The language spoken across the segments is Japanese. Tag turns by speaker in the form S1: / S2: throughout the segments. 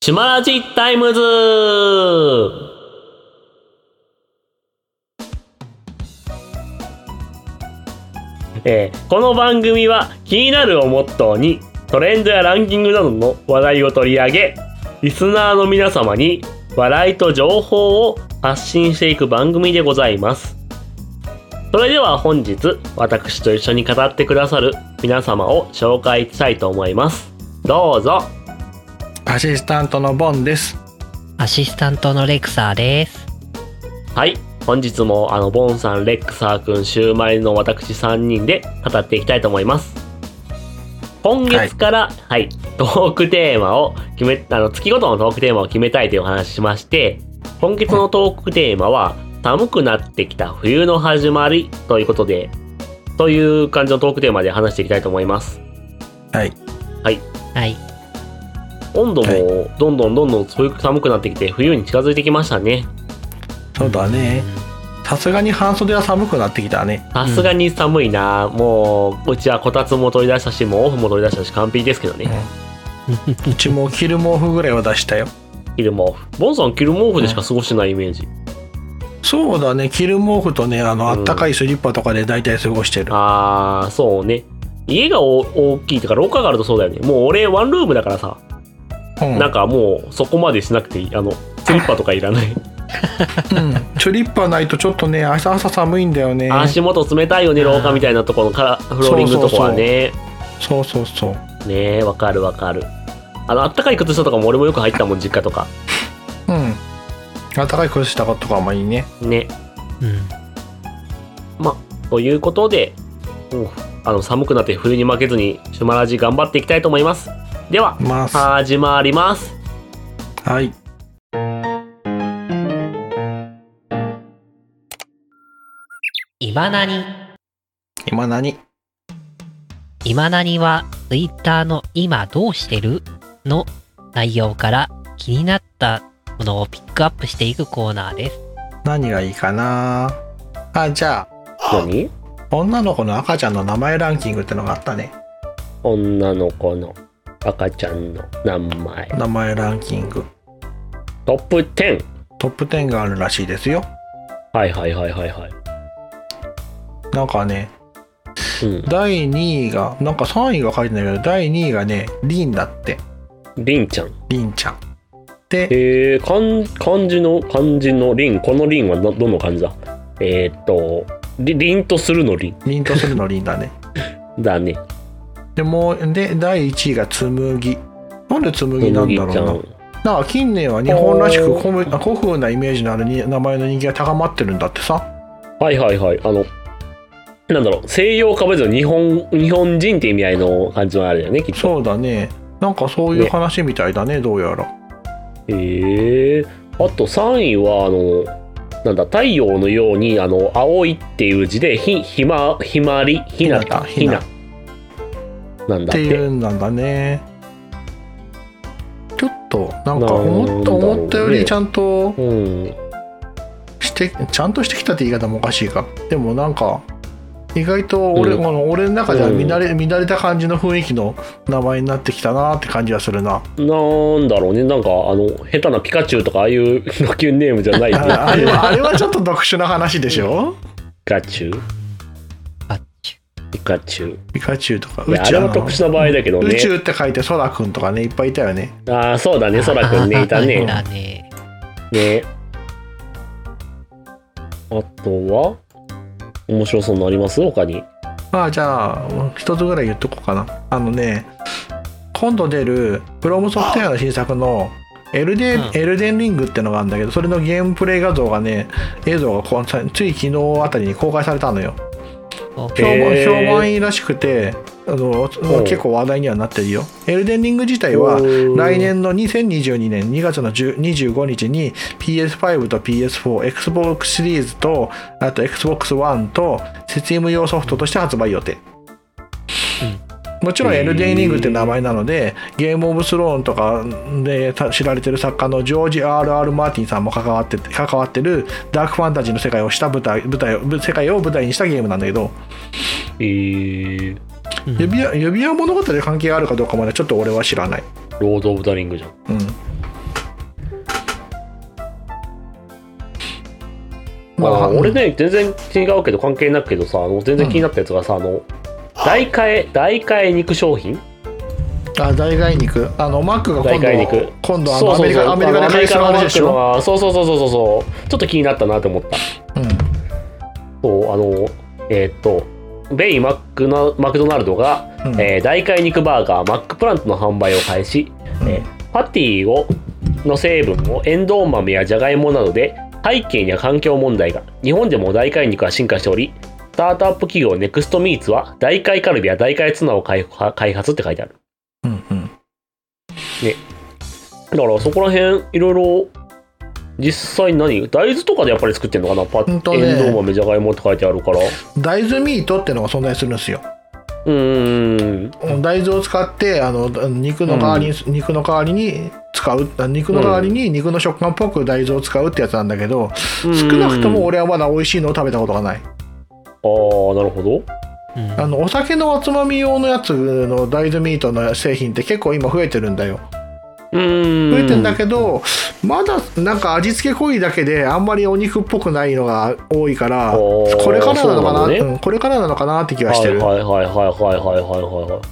S1: チュマラジタイムズえーこの番組は気になるをモットーにトレンドやランキングなどの話題を取り上げリスナーの皆様に笑いと情報を発信していく番組でございますそれでは本日私と一緒に語ってくださる皆様を紹介したいと思いますどうぞ
S2: アシスタントのボンです。
S3: アシスタントのレクサーです。
S1: はい本日もあのボンさんレックサーくんシューマイの私3人で語っていきたいと思います今月から、はいトークテーマを決めあの月ごとのトークテーマを決めたいというお話ししまして今月のトークテーマは「寒くなってきた冬の始まり」ということでという感じのトークテーマで話していきたいと思います
S2: はい。
S3: はい。
S1: 温度
S2: は
S1: もどんどんどんどん寒くなってきて冬に近づいてきましたね
S2: そうだね。さすがに半袖は寒くなってきたね。
S1: さすがに寒いな、もううちはこたつも取り出したし毛布も取り出したし完璧ですけどね
S2: うちも着る毛布ぐらいは出したよ。
S1: 着る毛布ボンさん着る毛布でしか過ごしてないイメージ、
S2: そうだね。着る毛布とね、あの、
S1: う
S2: あ
S1: ん
S2: ったかいスリッパとかで大体過ごしてる。
S1: ああそうね家がお大きいとか廊下があるとそうだよねもう俺ワンルームだからさ、
S2: うん。
S1: なんかもうそこまでしなくていいあのスリッパとかいらない
S2: うんスリッパないとちょっとね、朝朝寒いんだよ ね。
S1: 足元冷たいよね廊下みたいなところのからフローリングのとこはね
S2: そうそうそう。
S1: ねえわかるわかるあのあったかい靴下とかも俺もよく入ったもん実家とか
S2: うん。あったかい靴下とかもいいね。
S1: ね
S3: うん。
S1: まあ、ということで、うんあの寒くなって冬に負けずに、シュマラジ頑張っていきたいと思います。では、
S2: ます。は
S1: 始まります。
S2: い。
S3: 今なに。
S2: 今何
S3: 今なには、ツイッターの今どうしてるの内容から気になったものをピックアップしていくコーナーです。
S2: 何がいいかなあ、じゃ
S1: 何
S2: あ、女の子の赤ちゃんの名前ランキングってのがあったね。
S1: 女の子の赤ちゃんの名前。
S2: 名前ランキング。
S1: トップ10。
S2: トップ10があるらしいですよ。
S1: はいはいはいはいはい。
S2: なんかね、
S1: うん。
S2: 第2位が、なんか3位が書いてないけど、第2位がね、リンだって。
S1: りんちゃん。
S2: リンちゃん。で、
S1: えー、かん漢字の漢字のりん。このりんはどどの漢字だえー、っと、り凛とするのりん
S2: リンとするのリンだね。
S1: だね。
S2: で、もう、で、第1位が紬。なんで紬なん
S1: 麦
S2: だ
S1: ちゃ。
S2: ろうんな。なんか近年は日本らしく
S1: お
S2: 古風古風なイメージのあるに名前の人気が高まってるんだってさ。
S1: はいはいはい。あの、なんだろう、西洋かぶれずの日本、日本人って意味合いの感じのあれだよね、きっと。
S2: そうだね。なんかそういう
S1: ね
S2: 話みたいだね、どうやら。
S1: へえあと3位は、あの、なんだ、太陽のように、あの、青いっていう字で、ひ、ひま、ひまり、ひなた、ひ
S2: ひ
S1: な
S2: な。
S1: なんだっ
S2: ってい
S1: て。
S2: うんなんだねちょっとな
S1: な
S2: ん
S1: ん
S2: か
S1: だろう
S2: 思った思ったよ
S1: ね
S2: りちゃんと
S1: うん。
S2: してちゃんとしてきたって言い方もおかしいかでもなんか意外と俺,、
S1: うん
S2: この俺の中では乱れ,、乱れた感じの雰囲気の名前になってきたなって感じはするな
S1: なんだろうね、なんか、あの、下手なピカチュウとか、ああいう野球ネームじ ゃない
S2: ああれ
S1: ピ
S2: はあれはちょっと特殊な話でしょ
S1: カチュウ
S3: あっちゅ。
S1: ピカチュウ。
S2: ピカチュウとか
S1: い
S2: 宇
S1: やあれ
S2: 宙
S1: は特殊な場合だけどね
S2: 宇。宙って書いてソラくんとかねいっぱいいたよね
S1: ああ、そうだね、そらくんね、いた ね。
S3: だね。
S1: ねあとは面白そうなのあります他に
S2: まあじゃあ一つぐらい言っとこうかなあのね今度出るプロムソフトウェアの新作のエルデン、
S3: うん
S2: エルデンリングってのがあるんだけどそれのゲームプレイ画像がね映像がこうさつい昨日あたりに公開されたのよ
S3: お
S2: 評判,、
S1: へー
S2: 評判いいらしくてあの
S1: うん
S2: 結構話題にはなってるよエルデンリング自体は来
S1: 来
S2: 年の2022年2月の10 25日に PS5 と PS4Xbox シリーズとあと Xbox One と Steam 用ソフトとして発売予定、もちろん
S1: へー
S2: エルデンリングって名前なのでゲームオブスローンとかでた知られてる作家のジョージ・ R.R. マーティンさんも関わってて関わってるダークファンタジーの世界をした舞台舞台を世界を舞台にしたゲームなんだけど
S1: えー、
S3: うん
S2: 指輪指輪物語で関係があるかどうかまでちょっと俺は知らない
S1: ロード・オブ・ザ・リングじゃん
S2: うん
S1: まあ、
S2: うん
S1: 俺ね全然違うけど関係なくけどさあの全然気になったやつがさ、あの代替え代替え肉商品
S2: あ代替肉あのマックが今
S1: 代替
S2: 度
S1: 肉
S2: 今度あ
S1: そ
S2: の
S1: う
S2: ア
S1: そ
S2: メ
S1: う
S2: リ
S1: そう
S2: カアメリ
S1: あ
S2: カで
S1: のアメ
S2: 開
S1: リ
S2: 始
S1: カ
S2: の
S1: のマ
S2: 話
S1: ー
S2: で
S1: ケッ
S2: し
S1: ト
S2: ょ、
S1: がそうそうそうそうそうそうちょっと気になったなと思った
S2: うん、
S1: そうあのえーっとベイマックのマクドナルドが、
S2: うん
S1: えー代替肉バーガーマックプラントの販売を開始、
S2: うん
S1: えーパティをの成分をエンドウ豆やジャガイモなどで背景には環境問題が日本でも代替肉は進化しておりスタートアップ企業ネクストミーツは代替カルビや代替ツナを開発開発って書いてある
S2: うんうん
S1: だからそこら辺いろいろ実際何大豆とかでやっぱり作ってんのかなパ
S2: ほん
S1: ッ
S2: とね
S1: エンドウ豆じゃがいもって書いてあるから
S2: 大豆ミートってのが存在するんですよ
S1: うーん
S2: 大豆を使ってあの肉の代わりに、肉の代わりに使うあ肉の代わりに肉の食感っぽく大豆を使うってやつなんだけど、
S1: 少
S2: 少なくとも俺はまだ美味しいのを食べたことがな
S1: あ
S2: い、
S1: あなるほど
S3: うん
S2: あのお酒のおつまみ用のやつの大豆ミートの製品って結構今増えてるんだよ
S1: うーん
S2: 増えてんだけど、まだなんか味付け濃いだけであんまりお肉っぽくないのが多いから
S1: おー
S2: これからなのかな
S1: そうなのね
S2: うんこれからなのかなって気がしてる、
S1: はいはいはいはいはいはいはいはいはいう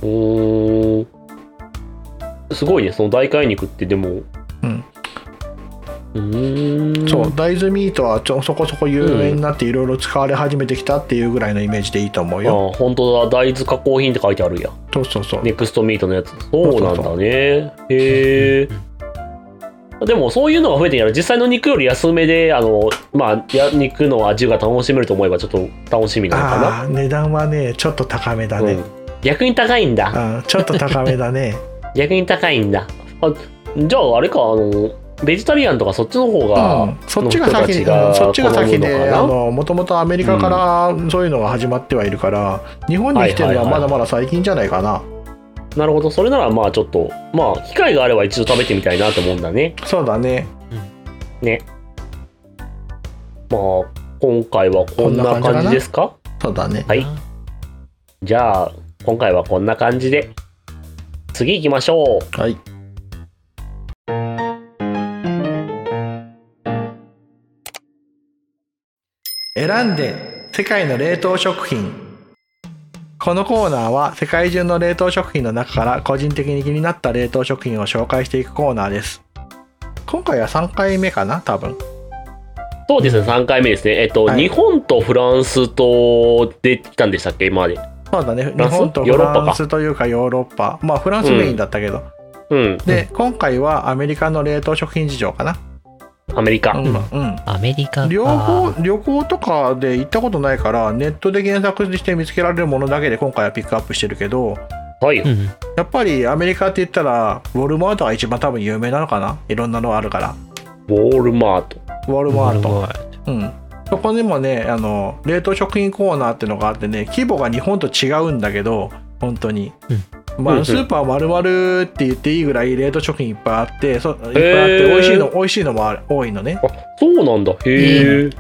S1: ーんすごいねその代替肉ってでも
S2: うん
S1: うーん
S2: そう大豆ミートはちょそこそこ有名になっていろいろ使われ始めてきたっていうぐらいのイメージでいいと思うよ、
S1: ああ本当だ大豆加工品って書いてあるや
S2: そうそうそう、
S1: ネクストミートのやつそうなんだねへえ
S3: うん
S1: でもそういうのが増えてんやら実際の肉より安めであのまあや肉の味が楽しめると思えばちょっと楽しみなのかな
S2: ああ値段はねちょっと高めだね、
S1: うん逆に高いんだ
S2: あーちょっと高めだね
S1: 逆に高いんだあじゃああれかあのベジタリアンとかそっちの方が、
S2: うん、そっちが先
S1: の人た
S2: うんそっちが先
S1: 好む
S2: で
S1: のかな
S2: もともとアメリカからそういうのが始まってはいるから、日本に来てるのはまだまだ最近じゃないかな、
S1: なるほどそれならまあちょっとまあ機会があれば一度食べてみたいなと思うんだね
S2: そうだね
S1: ねまあ今回はこんな
S2: こんな感じかな
S1: 感じですか
S2: そうだね
S1: はいじゃあ今回はこんな感じで次行きましょう
S2: はい選んで世界の冷凍食品このコーナーは世界中の冷凍食品の中から個人的に気になった冷凍食品を紹介していくコーナーです今回は3回目かな多分
S1: そうですね3回目ですねえっと、
S2: はい
S1: 日本とフランスとできたんでしたっけ今まで
S2: そうだね
S1: フ
S2: 日
S1: ランス
S2: 本とフ
S1: ヨーロッパか
S2: ランスというかヨーロッパまあフランスメインだったけど、
S1: うん
S2: で今回はアメリカの冷凍食品事情かな、
S1: アメリカ、
S2: うんうん、
S3: アメリカか
S2: 旅行旅行とかで行ったことないからネットで検索して見つけられるものだけで今回はピックアップしてるけど
S1: はい、
S3: うん
S2: やっぱりアメリカって言ったらウォルマートが一番多分有名なのかないろんなのがあるから
S1: ウォールマート
S2: ウォルマート
S3: ワール
S2: うんそこにもねあの冷凍食品コーナーってのがあってね規模が日本と違うんだけど本当に、
S1: うん
S2: ま
S1: うん
S2: あスーパーまるまるって言っていいぐらい冷凍食品いっぱいあってそいっぱい
S1: へ
S2: あって
S1: ー
S2: 美味しいの美味しいのもある多いのね
S1: そうなんだへえ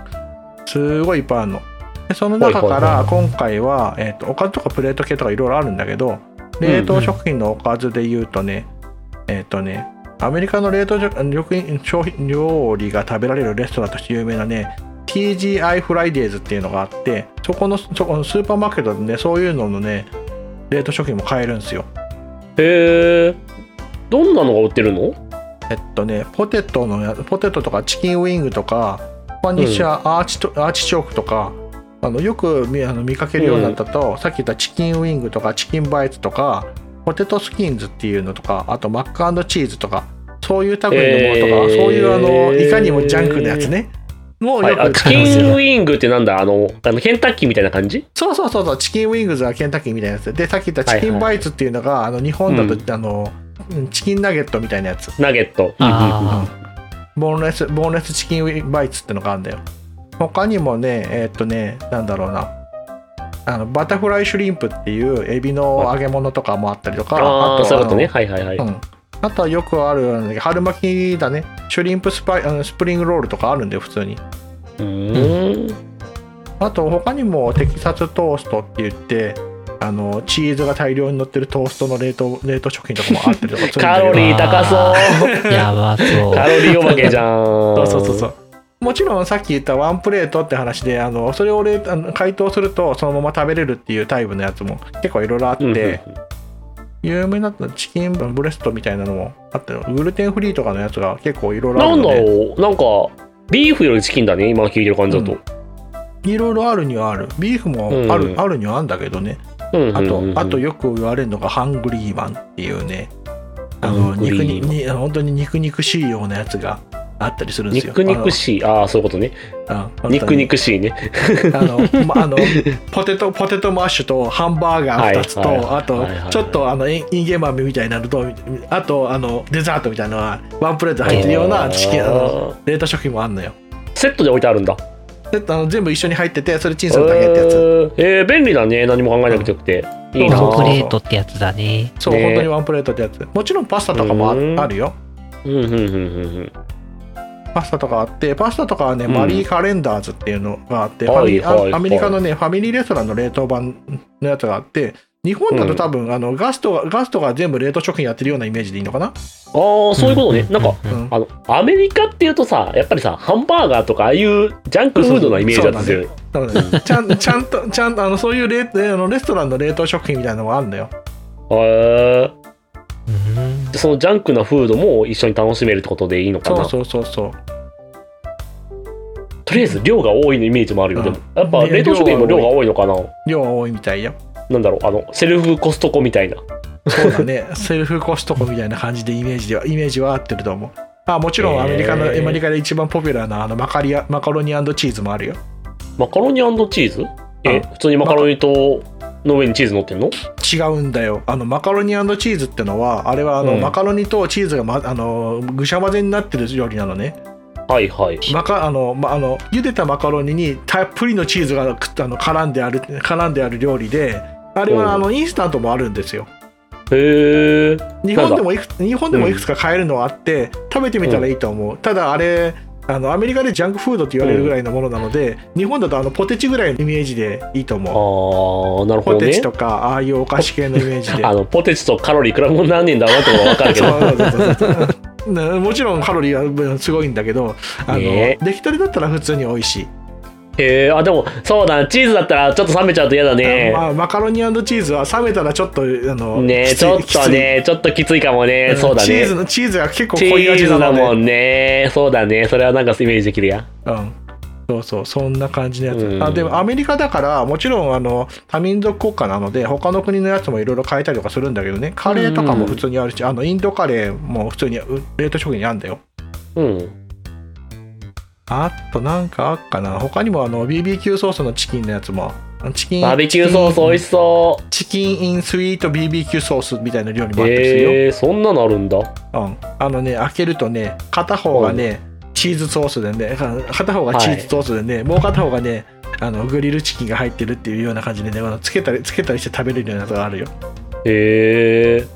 S2: すごいいっぱいあるのでその中
S1: は
S2: か
S1: いはい
S2: ら今回は、えー、とおかずとかプレート系とかいろいろあるんだけど冷凍食品のおかずで言うとね、えっ、とねアメリカの冷凍食料品商品料理が食べられるレストランとして有名なね TGI フライデーズっていうのがあってそこのそこのスーパーマーケットでねそういうののね冷凍食品も買えるんですよ
S1: へえどんなのが売ってるの
S2: えっとねポテトのやポテトとかチキンウィングとかスパニッシャーアーチと、アーチチョークとかあのよく見あの見かけるようになったと、さっき言ったチキンウィングとかチキンバイツとかポテトスキンズっていうのとかあとマックチーズとかそういう類のものとか、
S1: えー
S2: そういうあのいかにもジャンクなやつねもう
S1: はい、
S2: よ
S1: あ
S2: く
S1: チ
S2: 買
S1: キ
S2: うんですよ
S1: ンウィングってなんだあのあのケンタッキーみたいな感じ
S2: そうそうそうそうチキンウィングズはケンタッキーみたいなやつでさっき言ったチキンバイツっていうのが、あの日本だと、
S1: う
S2: あのうんチキンナゲットみたいなやつ
S1: ナゲット
S3: あ
S2: ボンレスボンレスチキンウィンバイツってのがあるんだよ他にもねえーっとねなんだろうなあのバタフライシュリンプっていうエビの揚げ物とかもあったりとか
S1: ああーそういうことね
S2: あ
S1: はいはいはい、
S2: のうんあとはよくあるんだけど春巻きだねシュリンプスパイあのスプリングロールとかあるんだよ普通に
S1: うーん
S2: あと他にもテキサストーストって言ってあのチーズが大量に乗ってるトーストの冷凍冷凍食品とかもあったりとかす るんだけど
S1: カロリー高そう
S3: やばそう
S1: カロリーお化けじゃん
S2: そうそうそうそうもちろんさっき言ったワンプレートって話であのそれを冷あの解凍するとそのまま食べれるっていうタイプのやつも結構いろいろあって、
S1: うんうんうん
S2: 有名だったチキンブレストみたいなのもあったよグルテンフリーとかのやつが結構いろいろあ
S1: な
S2: る
S1: ん
S2: の
S1: だ
S2: で
S1: ろうなんかビーフよりチキンだね今聞いてる感じだと、
S2: いろいろあるにはあるビーフもある,、
S1: うん
S2: あるにはあるんだけどね
S1: うんうん
S2: あと、
S1: うんうん
S2: あとよく言われるのがハングリーマンっていうねあの
S1: ハングリ
S2: 肉に
S1: ーマン
S2: に本当に肉肉しいようなやつがあったりするんですよ
S1: 肉肉しいああそういうことね
S2: あのうん本当
S1: 肉
S2: に
S1: 肉しいね
S2: あの、ま、あのポテトポテトマッシュとハンバーガー2つと、
S1: はいはいはい
S2: あと、
S1: はいはいはい
S2: ちょっとあのインインゲン豆みたいなのとあとあのデザートみたいなのがワンプレート入ってるようなチキンあの
S1: あー
S2: 冷凍食品もあんのよ
S1: セットで置いてあるんだ
S2: であの全部一緒に入っててそれチンするだけってや
S1: え
S2: つ
S1: ーえー便利だね何も考えなくてよくて、いいな
S3: ワンプ
S2: そう
S3: レートってやつだね。
S2: そう、
S1: ね
S2: 本当にワンプレートってやつもちろんパスタとかもあ
S1: うん
S2: あるよ
S1: うんうんうんうん
S2: パスタとかあってパスタとかはね、
S1: うん
S2: マリーカレンダーズっていうのがあって、
S1: はい
S2: ファミリーあ
S1: はい
S2: アメリカのねファミリーレストランの冷凍版のやつがあって日本だと多分、あのガストがガストが全部冷凍食品やってるようなイメージでいいのかな、
S1: ああそういうことね、なんか
S3: う
S2: うん
S1: あのアメリカっていうとさやっぱりさハンバーガーとかああいうジャンクフードなイメージだったんですよ、ね
S2: なのでちゃんちゃんとちゃんとあのそういう冷あのレストランの冷凍食品みたいなのがあるんだよ
S1: へ
S3: うん
S1: えそのジャンクなフードも一緒に楽しめるってことでいいのか
S2: そ
S1: な
S2: うそうそうそう
S1: とりあえず量が多いのイメージもあるよ、
S2: うん
S1: でもやっぱ冷凍食品も量が多いのかな
S2: 量は多いみたいよ
S1: なんだろうあのセルフコストコみたいな
S2: そうだ ねセルフコストコみたいな感じでイメージではイメージは合ってると思うあもちろんアメリカの、
S1: へー
S2: アメリカで一番ポピュラーなあのマカリアマカロニチーズもあるよ
S1: マカロニチーズえ普通にマカロニとの上にチーズ乗ってんの
S2: 違うんだよあのマカロニチーズってのはあれはあの、
S1: うん
S2: マカロニとチーズが、ま、あのぐしゃ混ぜになってる料理なのね
S1: はいはい
S2: マカあの、ま、あの茹でたマカロニにたっぷりのチーズがくっあの絡んである絡んである料理であれ
S1: うん
S2: はあのインスタントもあるんですよ
S1: へえ
S2: 日本でもいくつ日本でもいくつか買えるのはあって、食べてみたらいいと思うただあれあのアメリカでジャンクフードって言われるぐらいのものなので、日本だとあのポテチぐらいのイメージでいいと
S1: あ
S2: 思う
S1: ーなるほ
S2: ポ
S1: ど
S2: テ
S1: ね
S2: チとかああいうお菓子系のイメージで
S1: あのポテチとカロリーいくらもなんねえんだなってことは分かるけど
S2: そうそうそうそうねもちろんカロリーはすごいんだけどあの、
S1: ね
S2: 出来たてだったら普通に美味しい、
S1: へえあでもそうだチーズだったらちょっと冷めちゃうと嫌だね
S2: まあ、マカロニチーズは冷めたらちょっとあの
S1: ね
S2: きつい
S1: ちょっとねちょっときついかもね、
S2: きつい
S1: そうだ
S2: チー
S1: ね
S2: ズのチーズが結構
S1: チ
S2: 濃い味
S1: ー
S2: な
S1: ズだも
S2: ので
S1: んねそうだねそれはなんかイメージできるや
S2: うんそうそうそんな感じのやつ、
S1: うん
S2: あでもアメリカだからもちろんあの多民族国家なので他の国のやつもいろいろ変えたりとかするんだけどねカレーとかも普通にあるし、あのインドカレーも普通にう冷凍食品にあるんだよ
S1: うん
S2: あとなんかあっかな他にもあの BBQ ソースのチキンのやつもチキン
S1: バーベキューソース美味しそう
S2: チキンインスイート BBQ ソースみたいな料理もあったりするよ、
S1: えー、そんなのあるんだ
S2: うん、あのね開けるとね片方がねチーズソースでねあ片方がチーズソースでね、もう片方がねあのグリルチキンが入ってるっていうような感じでねあのつけたりつけたりして食べれるようなやつがあるよ
S1: へえ
S3: うん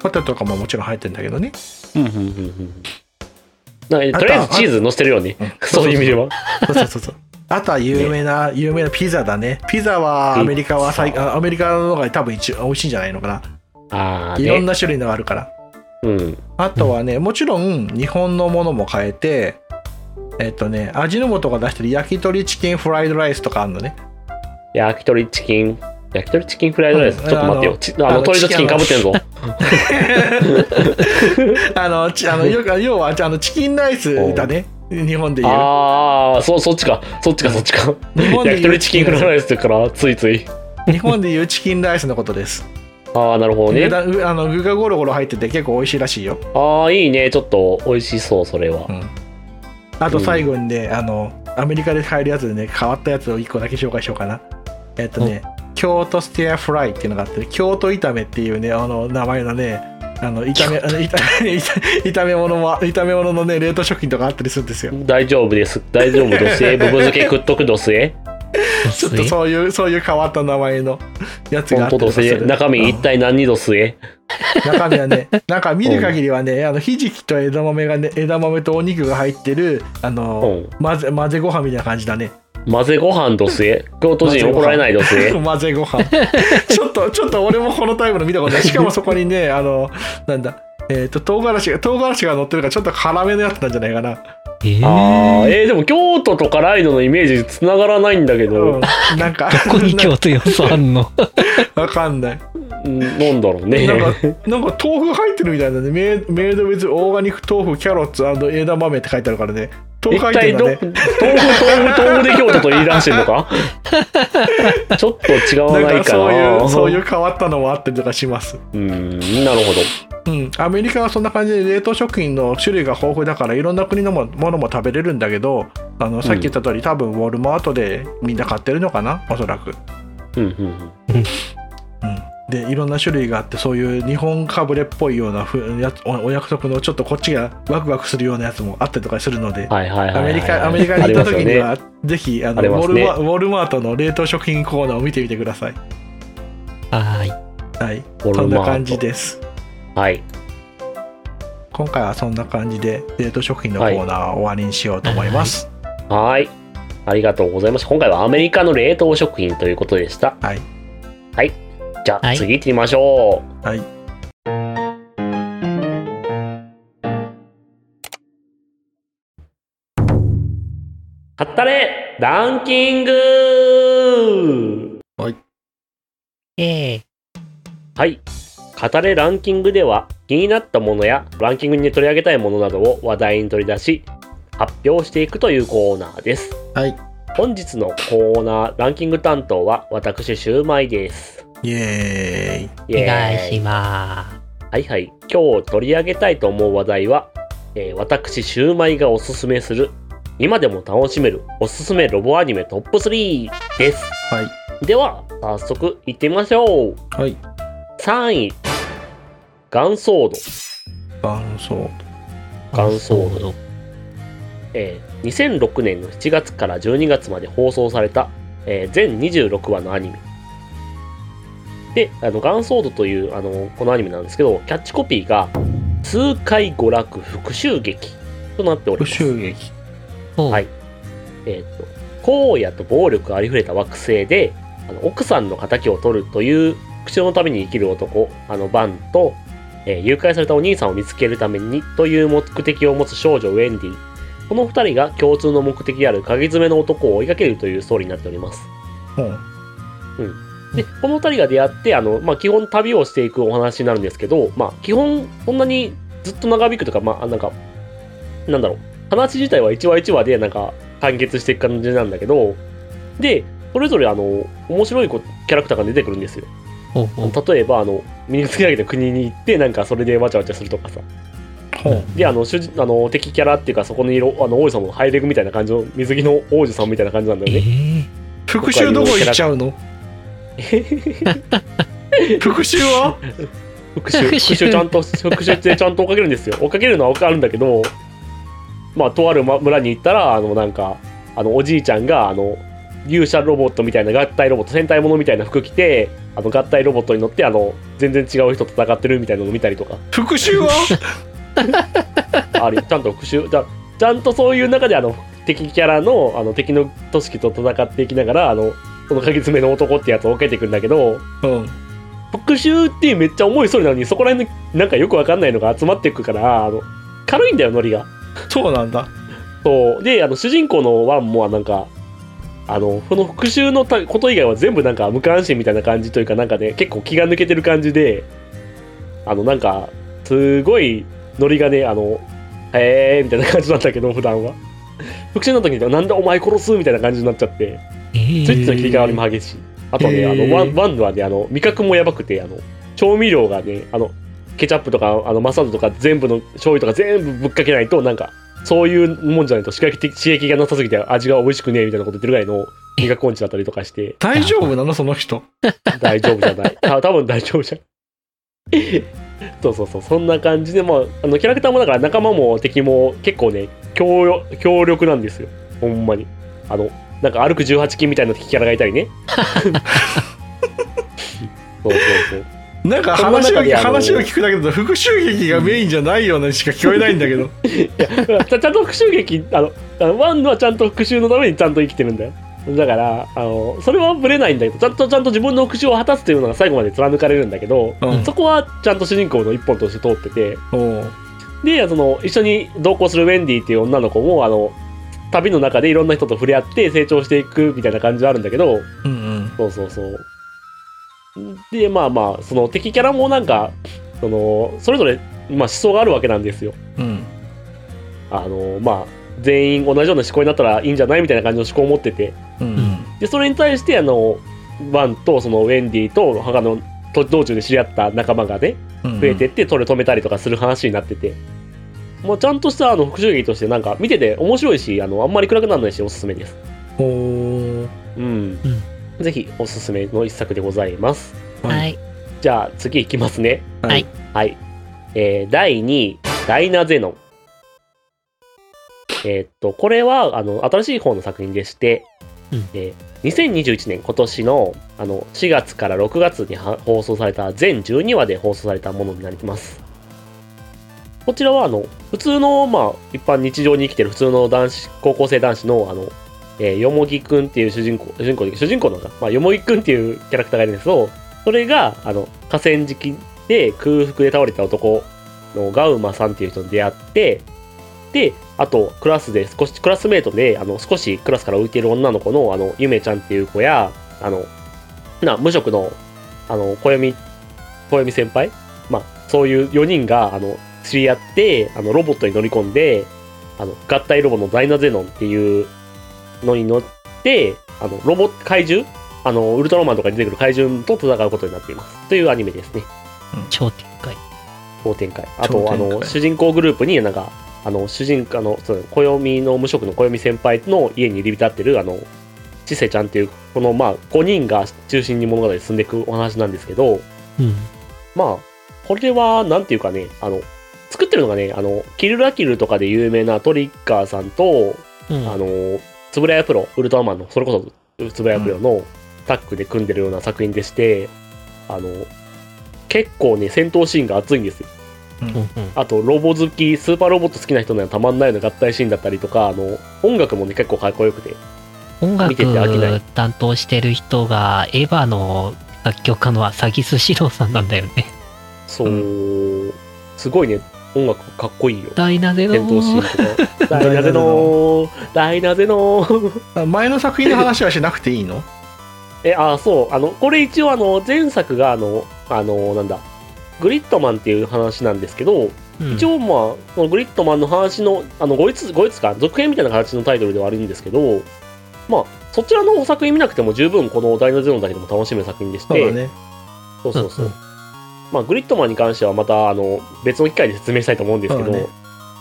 S2: ポテトとかももちろん入ってるんだけ どね
S1: うんうんうんうんなんかとりあえずチーズ乗せてるよね
S2: うん
S1: そういう意味では
S2: そうそうそうそうあとは有名な、有名なピザだねピザはアメリカは最あアメリカの方が多分一美味しいんじゃないのか
S1: ああ
S2: な
S1: ね
S2: いろんな種類のがあるから
S1: うん
S2: あとはね、もちろん日本のものも変えて、えっとね、味の素が出してる焼き鳥チキンフライドライスとかあるのね。
S1: 焼き鳥チキン焼き鳥チキンフライドライス、
S2: うん
S1: ちょっと待ってよちあの
S2: あの
S1: 鳥とチキンかぶってんぞ
S2: あの、ちあのよく要はあのチキンライスだね。日本で言う。
S1: ああそそっちかそっちかそっちか
S2: 日本
S1: 焼き
S2: で言
S1: 鳥
S2: う
S1: チキンフライドライスだからついつい
S2: 日本で言うチキンライスのことです。
S1: ああなるほどね
S2: 値段うあの具がゴロゴロ入ってて結構美味しいらしいよ。
S1: ああいいねちょっと美味しそうそれは
S2: うんあと最後にね、あのアメリカで買えるやつでね、変わったやつを1個だけ紹介しようかな。えっとね、京都ステアフライっていうのがあって、京都炒めっていうね、あの名前のね、あの炒めあの 炒め炒め物も炒め物のね冷凍食品とかあったりするんですよ。
S1: 大丈夫です大丈夫ど すえブブ漬け食っとくどすえ
S2: ちょっとそういうそういう変わった名前のやつがあ
S1: 本当
S2: ったりと
S1: ど
S2: かす
S1: すえ
S2: る。
S1: 中身
S2: うん
S1: 一体何どすえ
S2: 中身は ね、なんか見る限りはね、あのひじきと枝豆がね枝豆とお肉が入ってるあの、混ぜ混ぜご飯みたいな感じだね。
S1: 混ぜご飯どすえ京都人怒られないどすえ
S2: 混ぜご飯ちょっとちょっと俺もこのタイプの見 たことないしかもそこにねあのなんだえっ、と唐辛子が唐辛子が乗ってるからちょっと辛めのやつなんじゃないかな
S3: えー、
S1: あーえー、でも京都とかライドのイメージつながらないんだけ
S2: う
S1: ど
S2: ん、 なんか
S3: ど こに京都要素あんの
S2: わかんない
S1: うんなんだろうね
S2: なんかなんか豆腐入ってるみたいなんでメイメイド別オーガニック豆腐キャロッツ枝豆って書いてあるからね豆
S1: 一
S2: 腐入
S1: 体
S2: ってるん
S1: ど
S2: だ
S1: 豆
S2: ね
S1: 腐豆腐豆腐豆腐で京都と言い出してんの かちょっと違わな
S2: なん
S1: い
S2: か
S1: か
S2: そうい
S1: な
S2: うそういう変わったのもあったりとかします
S1: うんなるほど
S2: うん、アメリカはそんな感じで冷凍食品の種類が豊富だからいろんな国のもものも食べれるんだけどあのさっき言った通り、多分ウォルマートでみんな買ってるのかなおそらく、うん、
S1: うんうんうん
S2: でいろんな種類があってそういう日本かぶれっぽいようなふやつおお約束のちょっとこっちがワクワクするようなやつもあったりとかするので、
S1: はいはいはいはい
S2: アメリカアメリカに行った時には、ぜひあの
S1: あり
S2: ウ
S1: ま
S2: ォ
S1: す
S2: ル
S1: ね
S2: マウォルマートの冷凍食品コーナーを見てみてください
S3: はい。
S2: はい
S1: ウォルマート
S2: そんな感じです
S1: はい
S2: 今回はそんな感じで冷凍食品のコーナーを終わりにしようと思います、
S1: はいありがとうございました今回はアメリカの冷凍食品ということでした
S2: はい
S1: はいじゃあ、
S3: はい
S1: 次行ってみましょう
S2: はい
S1: はったれランキング
S3: ええ
S1: はい。語れランキングでは気になったものやランキングに取り上げたいものなどを話題に取り出し発表していくというコーナーです。
S2: はい。
S1: 本日のコーナーランキング担当は私シュウマイです。
S2: イエーイ。
S1: イエー
S3: お願いし
S1: イ
S3: ま
S1: はいはい。今日取り上げたいと思う話題は、えー私シュウマイがおすすめする今でも楽しめるおすすめロボアニメトップ3です。
S2: はい。
S1: では早速行ってみましょう。
S2: はい。
S1: 3位、ガンソード。
S2: 伴奏。
S3: す。
S1: 感想
S3: なるほど
S1: えー2006年の7月から12月まで放送された、えー全26話のアニメで「あのガンソード」というあのこのアニメなんですけどキャッチコピーが「痛快娯楽復讐劇」となっております
S2: 復讐劇。
S3: そう
S1: はいえーと荒野と暴力ありふれた惑星であの奥さんの敵を取るという復讐のために生きる男あのバンと、えー誘拐されたお兄さんを見つけるためにという目的を持つ少女ウェンディこの2人が共通の目的である鍵爪の男を追いかけるというストーリーになっております
S2: うん。
S1: でこの2人が出会ってあの、まあ、基本旅をしていくお話になるんですけど、まあ、基本そんなにずっと長引くとか、まあ、なんかなんだろう話自体は1話1話でなんか完結していく感じなんだけどでそれぞれあの面白いこキャラクターが出てくるんですよ
S3: ほうほう
S1: 例えばあの身につけ上げた国に行ってなんかそれでわちゃわちゃするとかさ
S2: ほう。
S1: であの主人あの敵キャラっていうかそこの色あの王子様のハイレグみたいな感じの水着の王子さんみたいな感じなんだ
S3: え
S1: よね
S3: え
S2: 復讐どこ行っちゃうの 復讐は
S1: 復讐復
S3: 復
S1: 讐
S3: 讐
S1: ちゃんと復讐ってちゃんと追っかけるんですよ追っかけるのは追っかけるんだけどまあとあるま村に行ったらあのなんかあのおじいちゃんがあの勇者ロボットみたいな合体ロボット戦隊ものみたいな服着てあの合体ロボットに乗ってあの全然違う人と戦ってるみたいなのを見たりと か
S2: 復讐は
S1: あるちゃんと復讐だちゃんとそういう中であの敵キャラのあの敵の組織と戦っていきながらあのこの鍵爪の男ってやつを追っかけていくんだけど
S2: うん。
S1: 復讐ってめっちゃ重いストーリーなのにそこら辺のなんかよくわかんないのが集まっていくからあの軽いんだよノリが
S2: そうなんだ。
S1: そうであの主人公のワンもなんかあのこの復讐のたこと以外は全部なんか無関心みたいな感じというかなんかね結構気が抜けてる感じであのなんかすごいノリがねあのへえーみたいな感じなんだけど普段は復讐の時になんでお前殺すみたいな感じになっちゃって
S3: ええ
S1: スイッチの切り替わりも激しい。あとね、あ
S2: へー
S1: のワンワンはね、あの味覚もやばくて、あの調味料がね、あのケチャップとかあのマサードとか全部の醤油とか全部ぶっかけないとなんかそういうもんじゃないと刺激的刺激がなさすぎて味が美味しくねえみたいなこと言ってるぐらいの味覚音痴だったりとかして
S2: 大丈夫なのその人。
S1: 大丈夫じゃない。た多分大丈夫じゃない。そうそうそうそんな感じで、まあ、あのキャラクターもだから仲間も敵も結構ね強よ強力なんですよほんまにあのなんか歩く18金みたいな敵キャラがいたりねそうそうそう
S2: なんか
S1: そんな
S2: 話を
S1: 中であの
S2: 話を聞くだけだと復讐劇がメインじゃないようなしか聞こえないんだけど。
S1: ちゃちゃんと復讐劇あのあのワンはちゃんと復讐のためにちゃんと生きてるんだよだからあのそれはぶれないんだけどちゃんとちゃんと自分の復讐を果たすというのが最後まで貫かれるんだけど、
S2: うん
S1: そこはちゃんと主人公の一本として通ってて
S2: おう
S1: でその一緒に同行するウェンディっていう女の子もあの旅の中でいろんな人と触れ合って成長していくみたいな感じはあるんだけど
S2: うん
S1: そうそうそうでまあまあその敵キャラもなんかそのそれぞれ、まあ、思想があるわけなんですよ
S2: うんうん
S1: あのまあ全員同じような思考になったらいいんじゃないみたいな感じの思考を持ってて
S2: うん
S1: でそれに対してあのワンとそのウェンディと他のと道中で知り合った仲間がね
S2: うん
S1: 増えてってそれ止めたりとかする話になってて、もうちゃんとしたあの復讐劇としてなんか見てて面白いしあのあんまり暗くならないしおすすめです
S2: おー
S1: うん、ぜひおすすめの一作でございます
S3: はいい。
S1: じゃあ次いきますね
S3: はい
S1: はいえー第2位ダイナゼノンえーっとこれはあの新しい方の作品でして、
S3: うん
S1: えー2021年今年のあの4月から6月には放送された全12話で放送されたものになりますこちらはあの普通のまあ一般日常に生きてる普通の男子高校生男子のあの、えーよもぎくんっていう主人公主人公主人公なんか、まあ、よもぎくんっていうキャラクターがいるんですけどそれがあの河川敷で空腹で倒れた男のガウマさんっていう人に出会ってであとクラスで少しクラスメートであの少しクラスから浮いてる女の子のあのゆめちゃんっていう子やあのな無職のあの暦暦先輩、まあ、そういう4人があの知り合ってあのロボットに乗り込んであの合体ロボのダイナゼノンっていうのに乗ってあのロボ怪獣あのウルトラマンとかに出てくる怪獣と戦うことになっていますというアニメですね。
S3: 超展開。
S1: 超展開あ
S2: 超展
S1: と
S2: 開
S1: あの主人公グループになんかあの主人あのそう暦の無職の暦先輩の家に入り浸ってるあのちせちゃんっていうこのまあ5人が中心に物語進んでいくお話なんですけど
S3: うん。
S1: まあこれはなんていうかねあの作ってるのがねあのキルラキルとかで有名なトリッカーさんと
S3: うん。
S1: あのつぶらやプロウルトラマンのそれこそつぶらやプロのタッグで組んでるような作品でして、あの結構ね戦闘シーンが熱いんですよ
S3: うんうん。
S1: あとロボ好きスーパーロボット好きな人にはたまんないような合体シーンだったりとかあの音楽もね結構かっこよくて
S3: 音
S1: 見てて飽きない
S3: 楽担当してる人がエヴァの作曲家のサギスシロさんなんだよ ね。
S1: そう、すごいね音楽かっこいいよ
S3: ダイナゼ
S1: 戦
S3: ノ
S1: 闘シ
S3: ン。
S1: ーンと かダイナゼノーダイナゼノー
S2: あ前の作品の話はしなくていいの
S1: えあそうあのこれ一応あの前作があのあのなんだグリッドマンっていう話なんですけど、
S3: うん
S1: 一応まあそのグリッドマンの話のあの後日後日か続編みたいな形のタイトルではあるんですけどまあそちらのお作品見なくても十分この「ダイナゼロン」だけでも楽しめる作品でして
S2: そうだね
S1: そうそうそう
S3: うんうん
S1: まあグリッドマンに関してはまたあの別の機会で説明したいと思うんですけど
S2: そうだね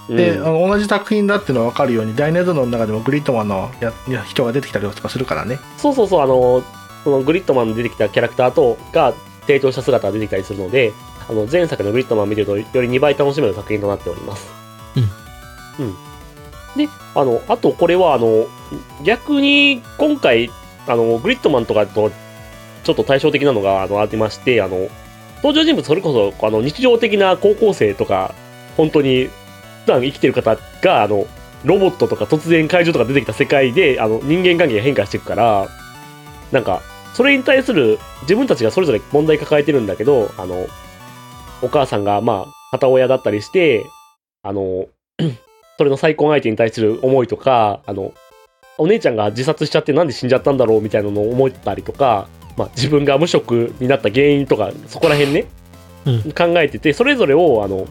S1: うん
S2: で、あの同じ作品だってのは分かるようにダイナゾーンの中でもグリッドマンのやや人が出てきたりとかするからね
S1: そうそうそうあのそのグリッドマンの出てきたキャラクターとが提供した姿が出てきたりするのであの前作のグリッドマンを見るとより2倍楽しめる作品となっておりますうん、であのあとこれはあの逆に今回あのグリッドマンとかとちょっと対照的なのがあのありましてあの登場人物それこそあの日常的な高校生とか本当に普段生きてる方があのロボットとか突然怪獣とか出てきた世界であの人間関係が変化していくからなんかそれに対する自分たちがそれぞれ問題抱えてるんだけどあのお母さんがまあ片親だったりしてあのそれの再婚相手に対する思いとかあのお姉ちゃんが自殺しちゃってなんで死んじゃったんだろうみたいなのを思ったりとか、まあ、自分が無職になった原因とかそこら辺ね、
S3: うん
S1: 考えててそれぞれをあの、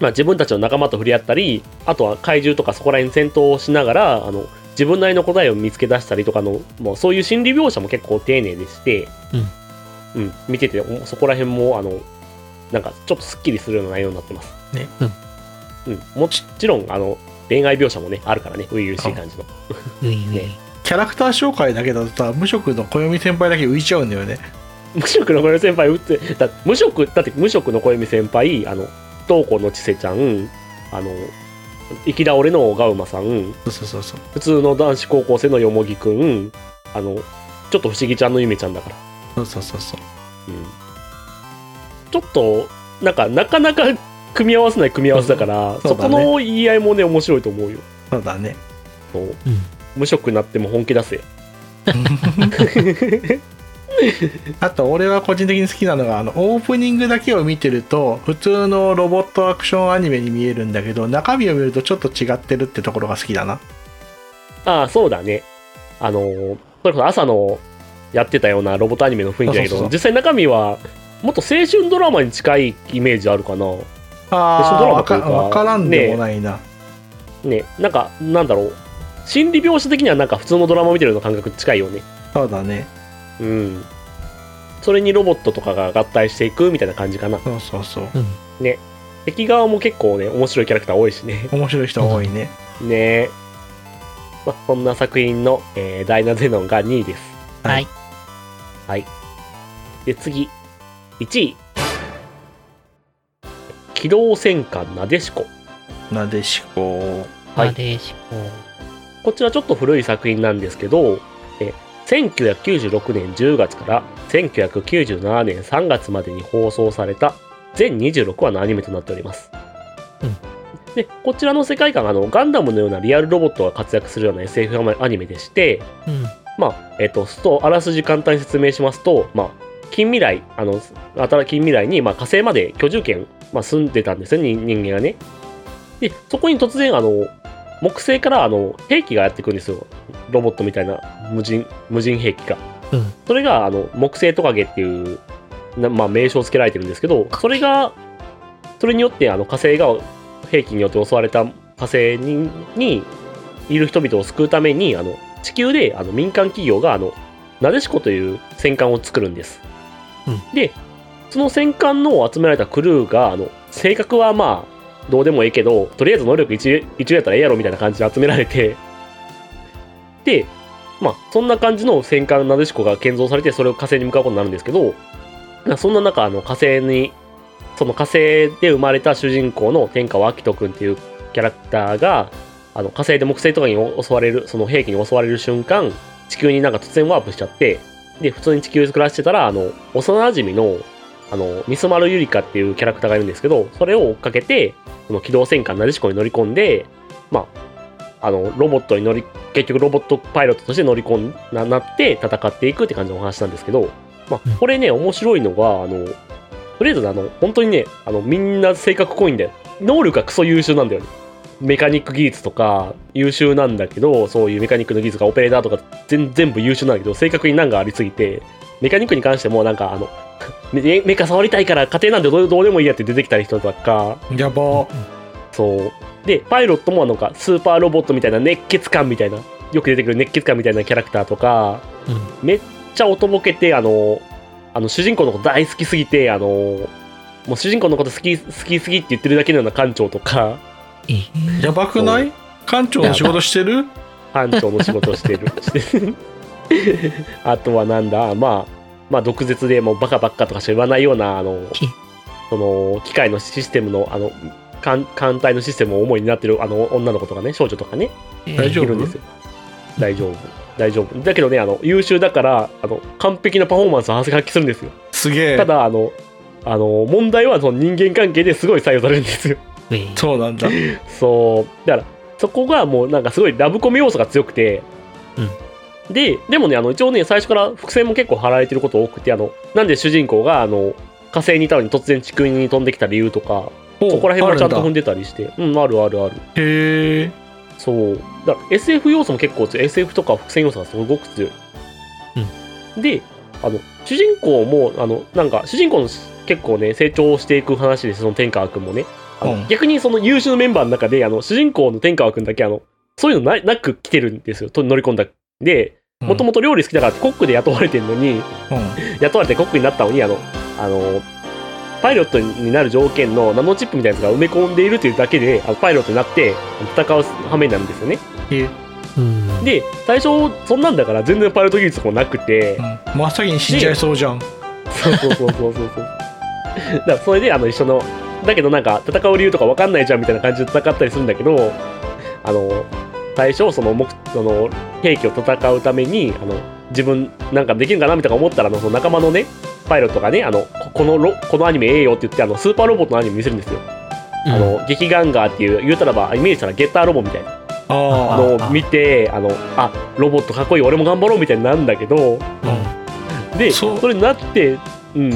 S1: まあ、自分たちの仲間と触れ合ったりあとは怪獣とかそこら辺戦闘をしながらあの自分なりの答えを見つけ出したりとかのもうそういう心理描写も結構丁寧でして、うん見てておそこら辺もあのなんかちょっとすっきりするような内容になってます。
S2: ね
S1: うん、もちろんあの恋愛描写もねあるからね初々しい感じの。
S3: ういうい
S1: ね
S2: キャラクター紹介だけだとさ無職の暦先輩だけ浮いちゃうんだよね
S1: 無職の小泉先輩打ってだ無職だって無職の小泉先輩あの不登校のちせちゃんあの生き倒れのガウマさん
S2: そうそうそうそう
S1: 普通の男子高校生のよもぎくんあのちょっと不思議ちゃんのゆめちゃんだから、
S2: そうそうそうそう
S1: うん、ちょっとなんかなかな か組み合わせない組み合わせだから、
S2: そ
S1: そうこ
S2: だね
S1: の言い合いもね面白いと思うよ
S2: そうだね
S1: そう
S3: うん
S1: 無職になっても本気出せ
S2: あと俺は個人的に好きなのがあのオープニングだけを見てると普通のロボットアクションアニメに見えるんだけど中身を見るとちょっと違ってるってところが好きだな
S1: ああ、そうだね。あのー、それこそ朝のやってたようなロボットアニメの雰囲気だけど、
S2: そうそうそう
S1: 実際中身はもっと青春ドラマに近いイメージあるかな。
S2: あ
S1: ド
S2: あ
S1: ラマ
S2: わ
S1: とい
S2: か
S1: うか
S2: わからんでもないな、
S1: ね、なんか、なんだろう。心理描写的にはなんか普通のドラマ見てるの感覚近いよね。
S2: そうだね
S1: うん。それにロボットとかが合体していくみたいな感じかな。
S2: そうそうそう
S3: うん。
S1: 敵側も結構ね、面白いキャラクター多いしね。
S2: 面白い人多いね、
S1: ねえ。まあ、そんな作品の、えーダイナゼノンが2位です。
S3: はい。
S1: はい。で、次。1位。機動戦艦なでしこ。
S2: なでしこ
S1: はい
S3: なでしこ。
S1: こちらちょっと古い作品なんですけど、え1996年10月から1997年3月までに放送された全26話のアニメとなっております。
S3: うん
S1: でこちらの世界観があのガンダムのようなリアルロボットが活躍するような SF アニメでして、
S3: うん。
S1: まあ、えっと、そうあらすじ簡単に説明しますと、まあ、近未来、あの、新近未来に、まあ、火星まで居住圏、まあ、住んでたんですよ、人人間がね。で、そこに突然、あの、木星から、あの、兵器がやってくるんですよ。ロボットみたいな無人、無人兵器が。
S3: うん
S1: それが、あの、木星トカゲっていう、なまあ、名称を付けられてるんですけど、それが、それによって、あの、火星が兵器によって襲われた火星ににいる人々を救うためにあの地球であの民間企業があのなでしこという戦艦を作るんです、
S3: うん
S1: でその戦艦の集められたクルーがあの性格はまあどうでもいいけどとりあえず能力一一流やったらええやろみたいな感じで集められてでまあそんな感じの戦艦なでしこが建造されてそれを火星に向かうことになるんですけどそんな中あの火星にその火星で生まれた主人公の天下は明人君っていうキャラクターがあの火星で木星とかに襲われるその兵器に襲われる瞬間地球になんか突然ワープしちゃってで普通に地球で暮らしてたらあの幼馴染のあのミスマルユリカっていうキャラクターがいるんですけどそれを追っかけてその機動戦艦なでしこに乗り込んでまああのロボットに乗り結局ロボットパイロットとして乗り込んななって戦っていくって感じのお話なんですけど、ま
S3: うん
S1: あ、これね面白いのがあのとりあえずねあの本当にねあのみんな性格濃いんだよ能力がクソ優秀なんだよねメカニック技術とか優秀なんだけどそういうメカニックの技術がオペレーターとか全全部優秀なんだけど正確に難がありすぎてメカニックに関してもなんかあのメメカ触りたいから家庭なんてどうどうでもいいやって出てきたり人とか
S2: やばー
S1: そうでパイロットもなんかスーパーロボットみたいな熱血感みたいなよく出てくる熱血感みたいなキャラクターとか
S3: うん。
S1: めっちゃおとぼけてあのあの主人公のこと大好きすぎてあのもう主人公のこと好き好きすぎって言ってるだけのような館長とか
S3: ええ
S2: やばくない館長の仕事してる
S1: 班長の仕事をしてる してあとはなんだまあまあ毒舌でもうバカばっかとかしか言わないようなあの
S3: き
S1: その機械のシステムのあの艦艦隊のシステムを主になってるあの女の子とかね少女とかね
S2: 大丈夫
S1: いるんですよ大丈夫大丈夫だけどねあの優秀だからあの完璧なパフォーマンスを発揮するんですよ
S2: すげ
S1: た
S2: え
S1: だあのあの問題はその人間関係ですごい採用されるんですよ
S3: ええ
S2: そうなんだ
S1: そうだからそこがもうなんかすごいラブコメ要素が強くて、ででもねあの一応ね最初から伏線も結構張られてること多くてあのなんで主人公があの火星にいたのに突然地球に飛んできた理由とかそ こら辺もちゃんと踏んでたりしてうんあるあるある
S2: へえ
S1: そうだから SF 要素も結構強い SF とか伏線要素がすごく強い、であの主人公もあのなんか主人公の結構ね成長していく話ですその天川君もねあの、
S2: うん
S1: 逆にその優秀なメンバーの中であの主人公の天川君だけあのそういうのななく来てるんですよと乗り込んだでもともと料理好きだからコックで雇われてるのに
S2: うん
S1: 雇われてコックになったのにあのあのパイロットになる条件のナノチップみたいなやつが埋め込んでいるというだけであのパイロットになって戦う羽目になるんですよね
S2: え
S3: うん。
S1: で最初そんなんだから全然パイロット技術もなくて
S2: うん真っ先に死んじゃいそうじゃん
S1: そうそうそうそうそうそうだからそれであの一緒のだけどなんか戦う理由とか分かんないじゃんみたいな感じで戦ったりするんだけどあの最初その目その兵器を戦うためにあの自分なんかできるかなみたいな思ったらあのその仲間のねパイロットがねあのここのロこのアニメええよって言ってあのスーパーロボットのアニメ見せるんですよ、
S3: うん、
S1: あの劇ガンガーっていう言うたらばイメージしたらゲッターロボみたいな
S2: あ
S1: のを見てあのあロボットかっこいい俺も頑張ろうみたいになるんだけど
S3: うん、
S1: で
S2: そう
S1: それになって、うん、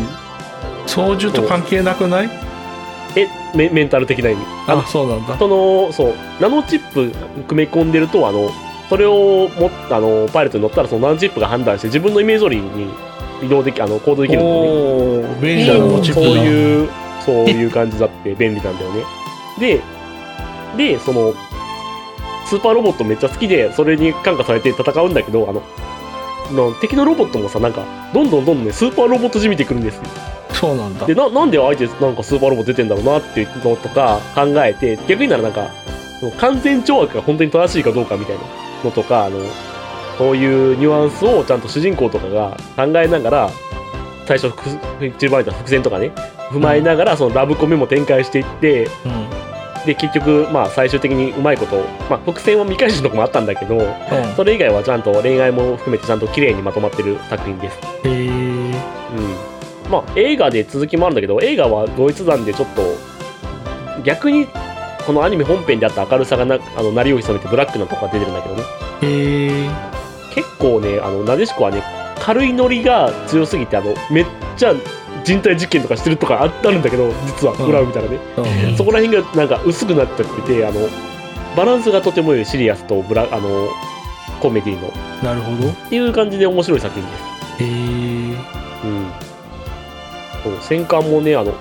S2: 操縦と関係なくない
S1: えメメンタル的な意味あの
S2: あそうなんだ
S1: そのそうナノチップ組み込んでるとあのそれをもあのパイロットに乗ったらそのナノチップが判断して自分のイメージ通りに移動できあの行動できるんだよね
S2: おお便利なのチッ
S1: そ
S2: プ
S1: う
S2: だ
S1: いうそういう感じだ って便利なんだよね。で、で、その、スーパーロボットめっちゃ好きで、それに感化されて戦うんだけど、あの、の敵のロボットもさ、なんか、どんどんどんどんね、スーパーロボットじみてくるんですよ。
S2: そうなんだ
S1: で、ななんで相手、なんかスーパーロボット出てんだろうなっていうのとか考えて、逆にならなんか、その完全懲悪が本当に正しいかどうかみたいなのとか、あの、そういうニュアンスをちゃんと主人公とかが考えながら、最初、一番た伏線とかね、踏まえながら、そのラブコメも展開していって、
S2: うんうん
S1: で、結局、まあ、最終的にうまいこと、まあ、伏線は見返しのとこもあったんだけど、それ以外はちゃんと恋愛も含めてちゃんと綺麗にまとまってる作品です。
S2: へー
S1: うん、まあ映画で続きもあるんだけど映画はドイツ山でちょっと逆にこのアニメ本編であった明るさがなあの鳴りを潜めてブラックなとこが出てるんだけどね
S2: へー
S1: 結構ねあのなでしこはね軽いノリが強すぎてあのめっちゃ人体実験とかしてるとかあったんだけど実は
S2: うん
S1: 裏を見たらね、
S2: うん
S1: そこら辺がなんか薄くなっちゃっててあのバランスがとても良いシリアスとブラあのコメディのっ
S2: なるほど
S1: ていう感じで面白い作品です
S2: へー
S1: うん、そう戦艦もねあの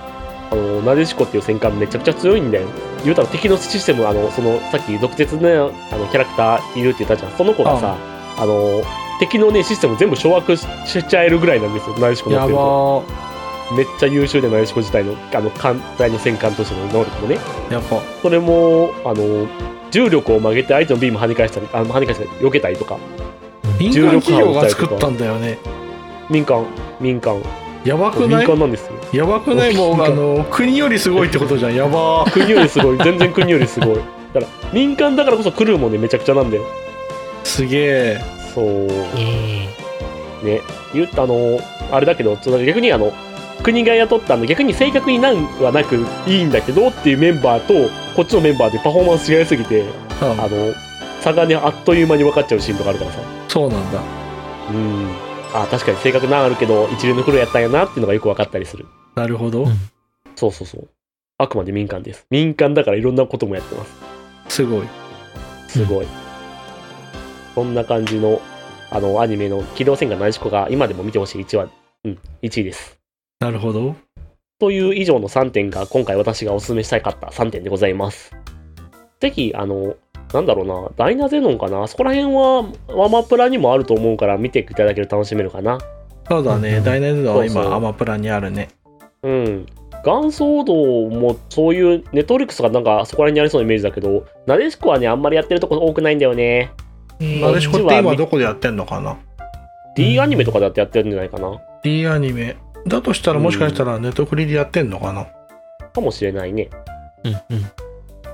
S1: あのなでしこっていう戦艦めちゃくちゃ強いんだよ言うたら敵のシステムあのそのさっき毒舌なあのキャラクターいるって言ったじゃんその子がさあの敵のねシステム全部掌握ししちゃえるぐらいなんですよなでしこ乗っ
S2: や
S1: てると
S2: ばー
S1: めっちゃ優秀でなでしこ自体のあの艦隊の戦艦としての能力もね
S2: やば
S1: それもあの重力を曲げて相手のビーム跳ね返したりあの跳ね返したり避けたりとか
S2: 民間企業が作ったんだよね
S1: 民間民間
S2: やばく
S1: 民
S2: ない
S1: 間なんですよ
S2: やばくないもう
S1: 民間
S2: あの国よりすごいってことじゃんやばー
S1: 国よりすごい全然国よりすごいだから民間だからこそクルーもねめちゃくちゃなんだよ
S2: すげえ
S1: そう
S3: ええ
S1: ね言ったあのあれだけどその逆にあの国が雇ったあの逆に正確になんはなくいいんだけどっていうメンバーとこっちのメンバーでパフォーマンス違いすぎてあの差がねあっという間に分かっちゃうシーンとかあるからさ
S2: そうなんだ
S1: うんあ確かに正確なんあるけど一流のクルーやったんやなっていうのがよく分かったりする
S2: なるほど
S3: うん
S1: そうそうそうあくまで民間です民間だからいろんなこともやってます
S2: すごい
S1: すごい。そんな感じの、あの、アニメの機動戦艦ナイシコが今でも見てほしい1話、うん、1位です。
S2: なるほど
S1: という以上の3点が今回私がお勧めしたかった3点でございます。ぜひ、あの、なんだろうな、ダイナゼノンかな、そこら辺はワマプラにもあると思うから見ていただけると楽しめるかな。
S2: そうだね、
S3: うん
S2: ダイナイズドは今
S1: そうそう
S2: アマプラにあるね
S1: うん。ガンソードもそういう、ネットフリックスがなんかそこら辺にありそうなイメージだけど、なでしこはね、あんまりやってるとこ多くないんだよね。
S3: え
S2: なでしこって
S1: こっちは
S2: 今
S1: 見
S2: どこでやってんのかな
S1: D アニメとかだってやってるんじゃないかな。
S2: D アニメだとしたらもしかしたらネットフリでやってんのかな、
S1: かもしれないね。
S3: うんうん。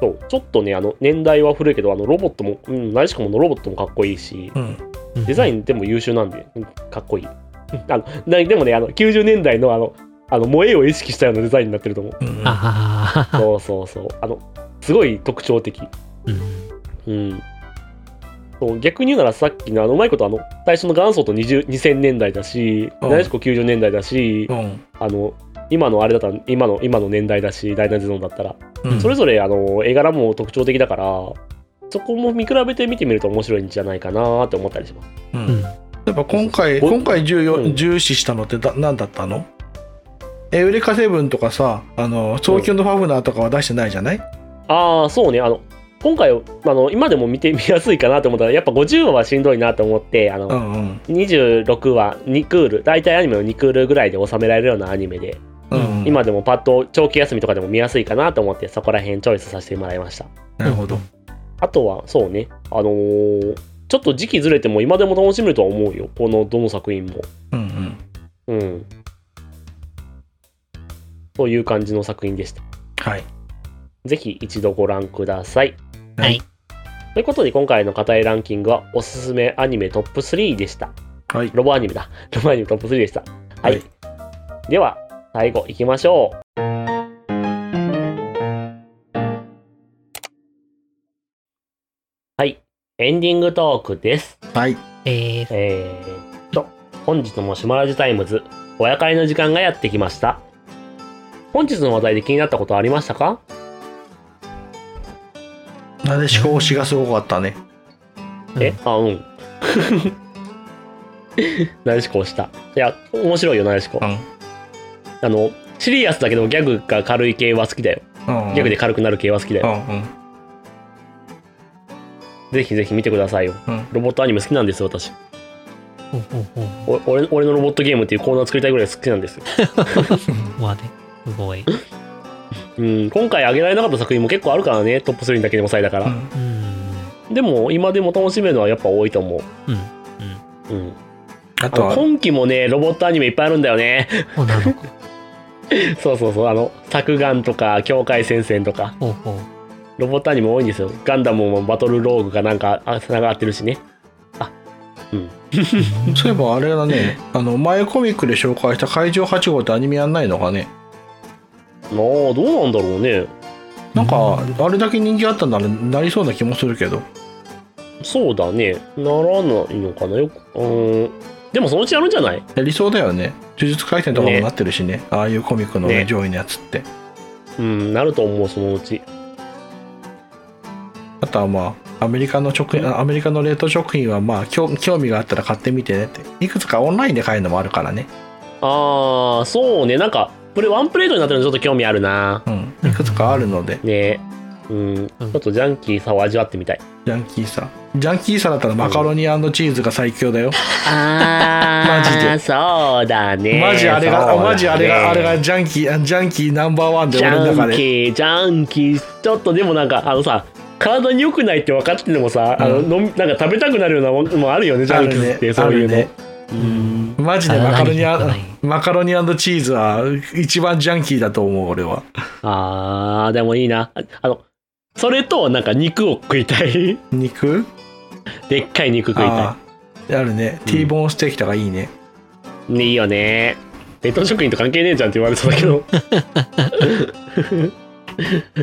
S1: そうちょっとねあの年代は古いけどあのロボットも、うん、ナイシコものロボットもかっこいいし
S2: うん、
S3: うん
S1: デザインでも優秀なんで、うんかっこいいあのなでもねあの90年代のあのあの萌えを意識したようなデザインになってると思う
S2: うんうん、
S3: ああ。
S1: そうそうそうあのすごい特徴的
S3: うん
S1: うんそう逆に言うならさっきのあのうまいことあの最初の元祖と20 2000年代だし
S2: うん
S1: ナイシコ90年代だし
S2: うん
S1: あの今のあれだったら今の今の年代だしダイナゼノンだったら
S2: うん
S1: それぞれあの絵柄も特徴的だからそこも見比べて見てみると面白いんじゃないかなって思ったりします
S2: う
S3: うんん
S2: やっぱ今回
S1: そうそう
S2: 今回重
S1: う
S2: 要
S1: ん
S2: 重視したのってだ何だったのえウレカセブンとかさあの東京のファフナーとかは出してないじゃない、
S1: ああそうねあの今回あの今でも見てみやすいかなと思ったらやっぱ50話はしんどいなと思ってあの、
S2: うん、うん
S1: 26話2クール大体アニメの2クールぐらいで収められるようなアニメで、
S2: うんうん
S1: 今でもパッと長期休みとかでも見やすいかなと思ってそこら辺チョイスさせてもらいました
S2: なるほど、
S1: あとはそうねあのーちょっと時期ずれても今でも楽しめるとは思うよこのどの作品も
S2: うんうん、
S1: うん。という感じの作品でした。
S2: はい
S1: ぜひ一度ご覧ください。
S3: はい。
S1: ということで今回の語りランキングはおすすめアニメトップ3でした。
S2: はい
S1: ロボアニメだ。 ロボアニメトップ3でした。はい。
S2: はい
S1: では、最後行きましょう。はい。エンディングトークです。
S2: はい
S3: えー
S1: えーっと、本日もシマラジタイムズおやかりの時間がやってきました本日の話題で気になったことはありましたか
S2: なでしこ推しがすごかったね。
S1: え、あうん なでしこ押したいや面白いよなでしこ
S2: うん。
S1: あのシリアスだけどギャグが軽い系は好きだよ
S2: うん、
S1: ギャグで軽くなる系は好きだ
S2: う
S1: よ
S2: んうん。
S1: ぜひぜひ見てくださいよ
S2: うん。
S1: ロボットアニメ好きなんですよ私
S3: ほうほうほ
S1: お俺俺のロボットゲームっていうコーナー作りたいぐらい好きなんですよ
S3: うまあねすごい。
S1: うん今回挙げられなかった作品も結構あるからねトップ3だけでもさえだか
S2: う
S1: ら、
S2: ん
S3: うん。
S1: でも今でも楽しめるのはやっぱ多いと思
S3: うん。
S1: ううん
S2: あ
S1: あ
S2: と
S1: の
S2: は、
S1: 今期もねロボットアニメいっぱいあるんだよね
S3: そうなのか。
S1: そうそうそうあの作眼とか境界戦線とか
S3: ほうほう。
S1: ロボットアニメ多いんですよガンダムもバトルローグかなんかあつながってるしね
S2: そういえばあれだね、あの、前コミックで紹介した怪獣8号ってアニメやんないのかね。
S1: ああどうなんだろうね
S2: なんか
S3: う、
S2: あれだけ人気あったならなりそうな気もするけど。
S1: そうだねならないのかなよくうんでもそのうちやるんじゃない
S2: やりそうだよね。呪術廻戦とかもなってるしね。ああいうコミックのね
S1: ね
S2: 上位のやつって。
S1: うんなると思うそのうち
S2: あとはまあ、アメリカの食品、あアメリカの冷凍食品はまあ、興興味があったら買ってみてねって。いくつかオンラインで買えるのもあるからね。
S1: ああそうねなんかこれワンプレートになってるのちょっと興味あるな
S2: うん。いくつかあるので、
S1: ねうんちょっとジャンキーさを味わってみたい
S2: ジャンキーさ。ジャンキーさだったらマカロニチーズが最強だよ。
S1: あ
S2: マジで
S1: そうだね
S2: マジあれ
S1: そ
S2: が、
S1: うだね
S2: マジあれが、あれがジャンキー、ジャンキーナンバーワンで
S1: ジ
S2: 俺の
S1: ャ
S2: 中
S1: ンキ
S2: で。
S1: ージャンキーちょっとでもなんかあのさ体に良くないって分かっててもさ、あの
S2: うん
S1: 飲みなんか食べたくなるようなもんもあるよねジ
S2: あ
S1: ャンキ
S2: る
S1: ー
S2: ね
S1: っ、て
S2: あ
S1: そういう
S2: る
S1: の、
S2: ね。
S1: うん
S2: マジでマカロニ
S3: あない
S2: マカロニチーズは一番ジャンキーだと思う俺は。
S1: あーでもいいなああのそれとなんか肉を食いたい
S2: 肉
S1: でっかい肉食い
S2: あ
S1: た
S2: ーあるね。
S1: うん
S2: T ボーンステーキとかいいね。
S1: いねいいよね冷凍食品と関係ねえじゃんって言われそうだけ ど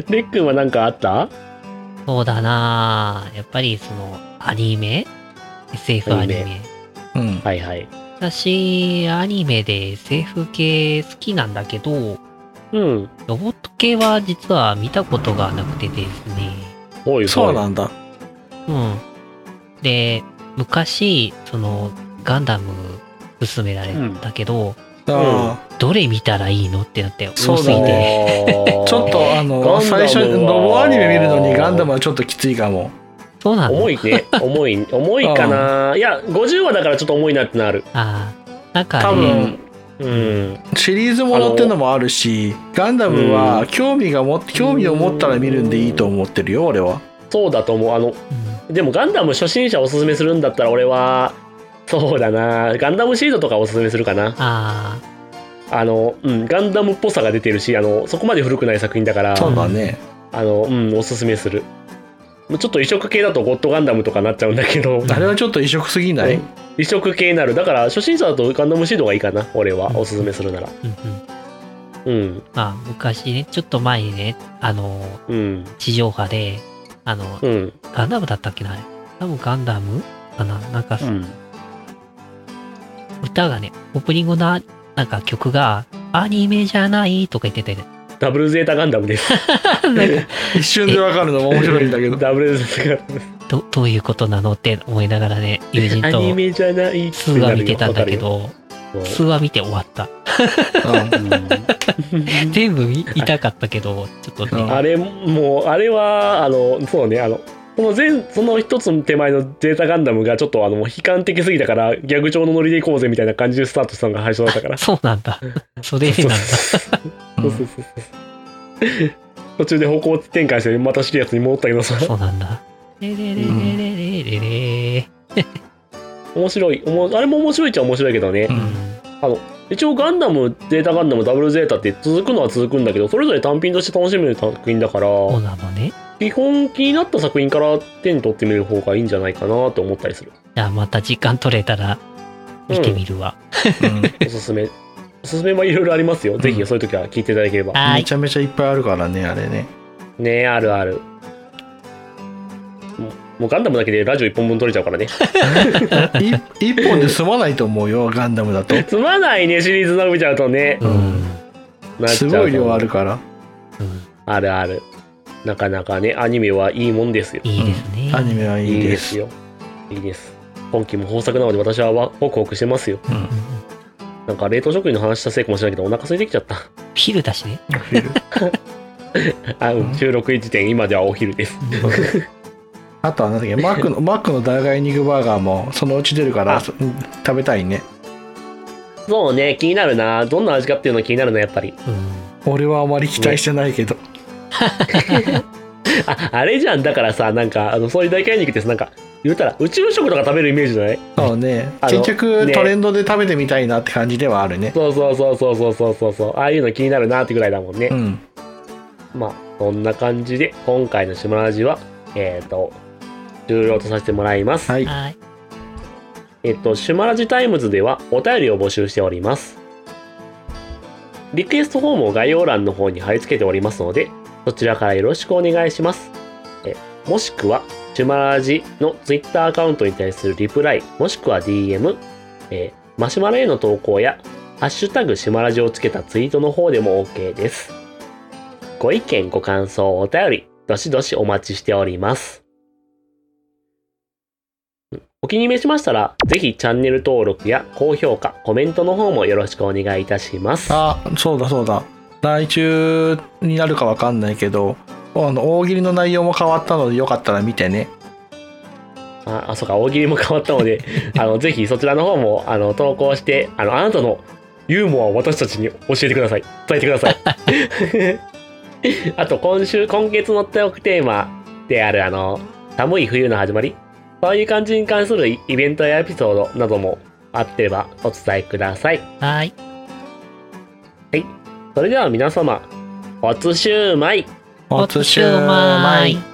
S1: レックンは何かあった
S3: そうだなぁやっぱりその、アニメ ?SF アニ
S1: アニ
S3: メ。
S2: うん。
S1: はいはい
S3: 私、アニメで SF 系好きなんだけど、
S1: うん
S3: ロボット系は実は見たことがなくてですね。
S1: おい
S2: そう
S1: おい
S2: なんだ。
S3: うん。で、昔、その、ガンダム勧められたけど、
S2: あ
S3: どれ見たらいいのってなって、
S2: そ
S3: 多
S2: う
S3: す
S2: だ
S3: ぎ
S2: ね
S3: て。
S2: ー ちょっとあの、
S1: ガンダム
S2: 最
S1: は
S2: 初、ロボアニメ見るのにガンダムはちょっときついかも。
S3: そうなんだ。
S1: 重いね重い重いかないや50話だからちょっと重いなってなる
S3: ああ。なんか
S2: 多
S3: ね、
S1: う
S2: 分、
S1: ん
S2: シリーズものってのもあるし、ガンダムは興味がも、興味を持ったら見るんでいいと思ってるよ、俺は。
S1: そうだと思うあの
S3: うん
S1: でもガンダム初心者おすすめするんだったら俺はそうだなガンダムシードとかおすすめするかな
S3: あ
S1: あの、うん、ガンダムっぽさが出てるしあのそこまで古くない作品だから
S2: そうだね。
S1: あの、うん、おすすめするちょっと異色系だとゴッドガンダムとかなっちゃうんだけど
S2: あれはちょっと異色すぎない、
S1: うん異色系になるだから初心者だとガンダムシードがいいかな俺は
S3: うん
S1: おすすめするなら
S3: あ、うんうん。
S1: うん
S3: まあ、昔ね、ちょっと前にね、あの、
S1: うん
S3: 地上波で、あの、
S1: うん
S3: ガンダムだったっけなあれ。多分ガンダムかななんか、
S1: うん
S3: 歌がね、オープニングの、なんか曲が、アニメじゃないとか言っててね。
S1: ダブルゼータガンダムです
S2: 一瞬でわかるのも面白いんだけ ど。
S1: ダブルゼータガンダム
S3: ど、どういうことなのって思いながらね、友人
S1: ア
S3: と
S1: ニメじゃないって
S3: 通話見てたんだけど、
S1: なるよわか
S3: 通話見て終わった。
S2: うん
S1: るよ うん
S3: 全部見見たかったけど、ちょっと
S2: う
S3: ね
S2: ん、
S1: あれもうあれはあのそうねあのその前その一つの手前のデータガンダムがちょっとあのもう悲観的すぎたからギャグ調のノリでいこうぜみたいな感じでスタートしたのが最初だったから
S3: そうなんだ。それ
S1: そう
S3: なんだ。
S1: そうそうそうそう途中で方向転換してまたシリアスに戻ったけどさ
S3: そうなんだ。レレレレレレレレ
S1: 面白いおもあれも面白いっちゃ面白いけどね
S2: う
S3: うんん。
S1: 一応ガンダムデータガンダムダブルゼータって続くのは続くんだけどそれぞれ単品として楽しめる作品だから
S3: そうなのね。
S1: 基本気になった作品から手に取ってみる方がいいんじゃないかなと思ったり する
S3: じゃあまた時間取れたら見てみるわ。
S1: おすすめおすすめはいろいろありますよ、ぜひそういう時は聞いていただければ
S3: は
S2: め
S3: い。
S2: ちゃめちゃいっぱいあるからね、あれね。
S1: ねあるあるもうガンダムだけでラジオ1本分取れちゃうからね。
S2: い一本で済まないと思うよ ガンダムだと
S1: つまないね、シリーズ伸びちゃうとね。
S3: うん。
S1: なっちゃ
S2: す
S1: うと思
S2: ご
S1: う
S2: い量ある。から
S3: うん
S1: あるある。なかなかね、アニメはいいもんですよ。
S3: いいですね。
S2: アニメはいいです
S1: よ。いいです。今期も豊作なので私はワホクホクしてますよ。
S2: うん
S3: うん
S1: なんか冷凍食品の話したせいかもしれないけど、お腹空いてきちゃった。
S3: お昼だしね。
S2: お昼
S1: あ、う、
S2: うんん
S1: 収録時点、今ではお昼です。
S2: あとは何 だっけマックのマックのダーガイニングバーガーもそのうち出るから
S1: あ
S2: そうん食べたいね
S1: そうね、気になるな。どんな味かっていうの気になるな、やっぱり。
S2: 俺はあまり期待してないけど、
S1: あ、あれじゃん。だからさ、なんか、あの、そういう大会に行くってさ、なんか、言うたら、宇宙食とか食べるイメージじゃない
S2: そうね
S1: あの
S2: 結局、
S1: ね
S2: トレンドで食べてみたいなって感じではあるね
S1: そうそうそうそうそうそうそうそう。ああいうの気になるなってぐらいだもんね
S2: う。ん
S1: まあ、そんな感じで、今回の島ラジは、えっ、と、終了とさせてもらいます。
S2: はい
S3: はい。
S1: えっと、シュマラジタイムズではお便りを募集しております。リクエストフォームを概要欄の方に貼り付けておりますので、そちらからよろしくお願いします。えもしくは、シュマラジの Twitter アカウントに対するリプライ、もしくは DM、えマシュマロへの投稿や、ハッシュタグシュマラジをつけたツイートの方でも OK です。ご意見、ご感想、お便り、どしどしお待ちしております。お気に召しましたら、ぜひチャンネル登録や高評価、コメントの方もよろしくお願いいたします。
S2: あそうだそうだ来週になるかわかんないけどあの大喜利の内容も変わったのでよかったら見てね
S1: あ、あそうか、大喜利も変わったので、あの、ぜひそちらの方も、あの、投稿して、あの、あなたのユーモアを私たちに教えてください。伝えてください。 あと、今週、今月のトークテーマである、あの、寒い冬の始まり、そういう感じに関するイイベントやエピソードなどもあってればお伝えください。
S3: はい。
S1: それでは皆様、おつしゅうまい
S3: おつしゅうまい。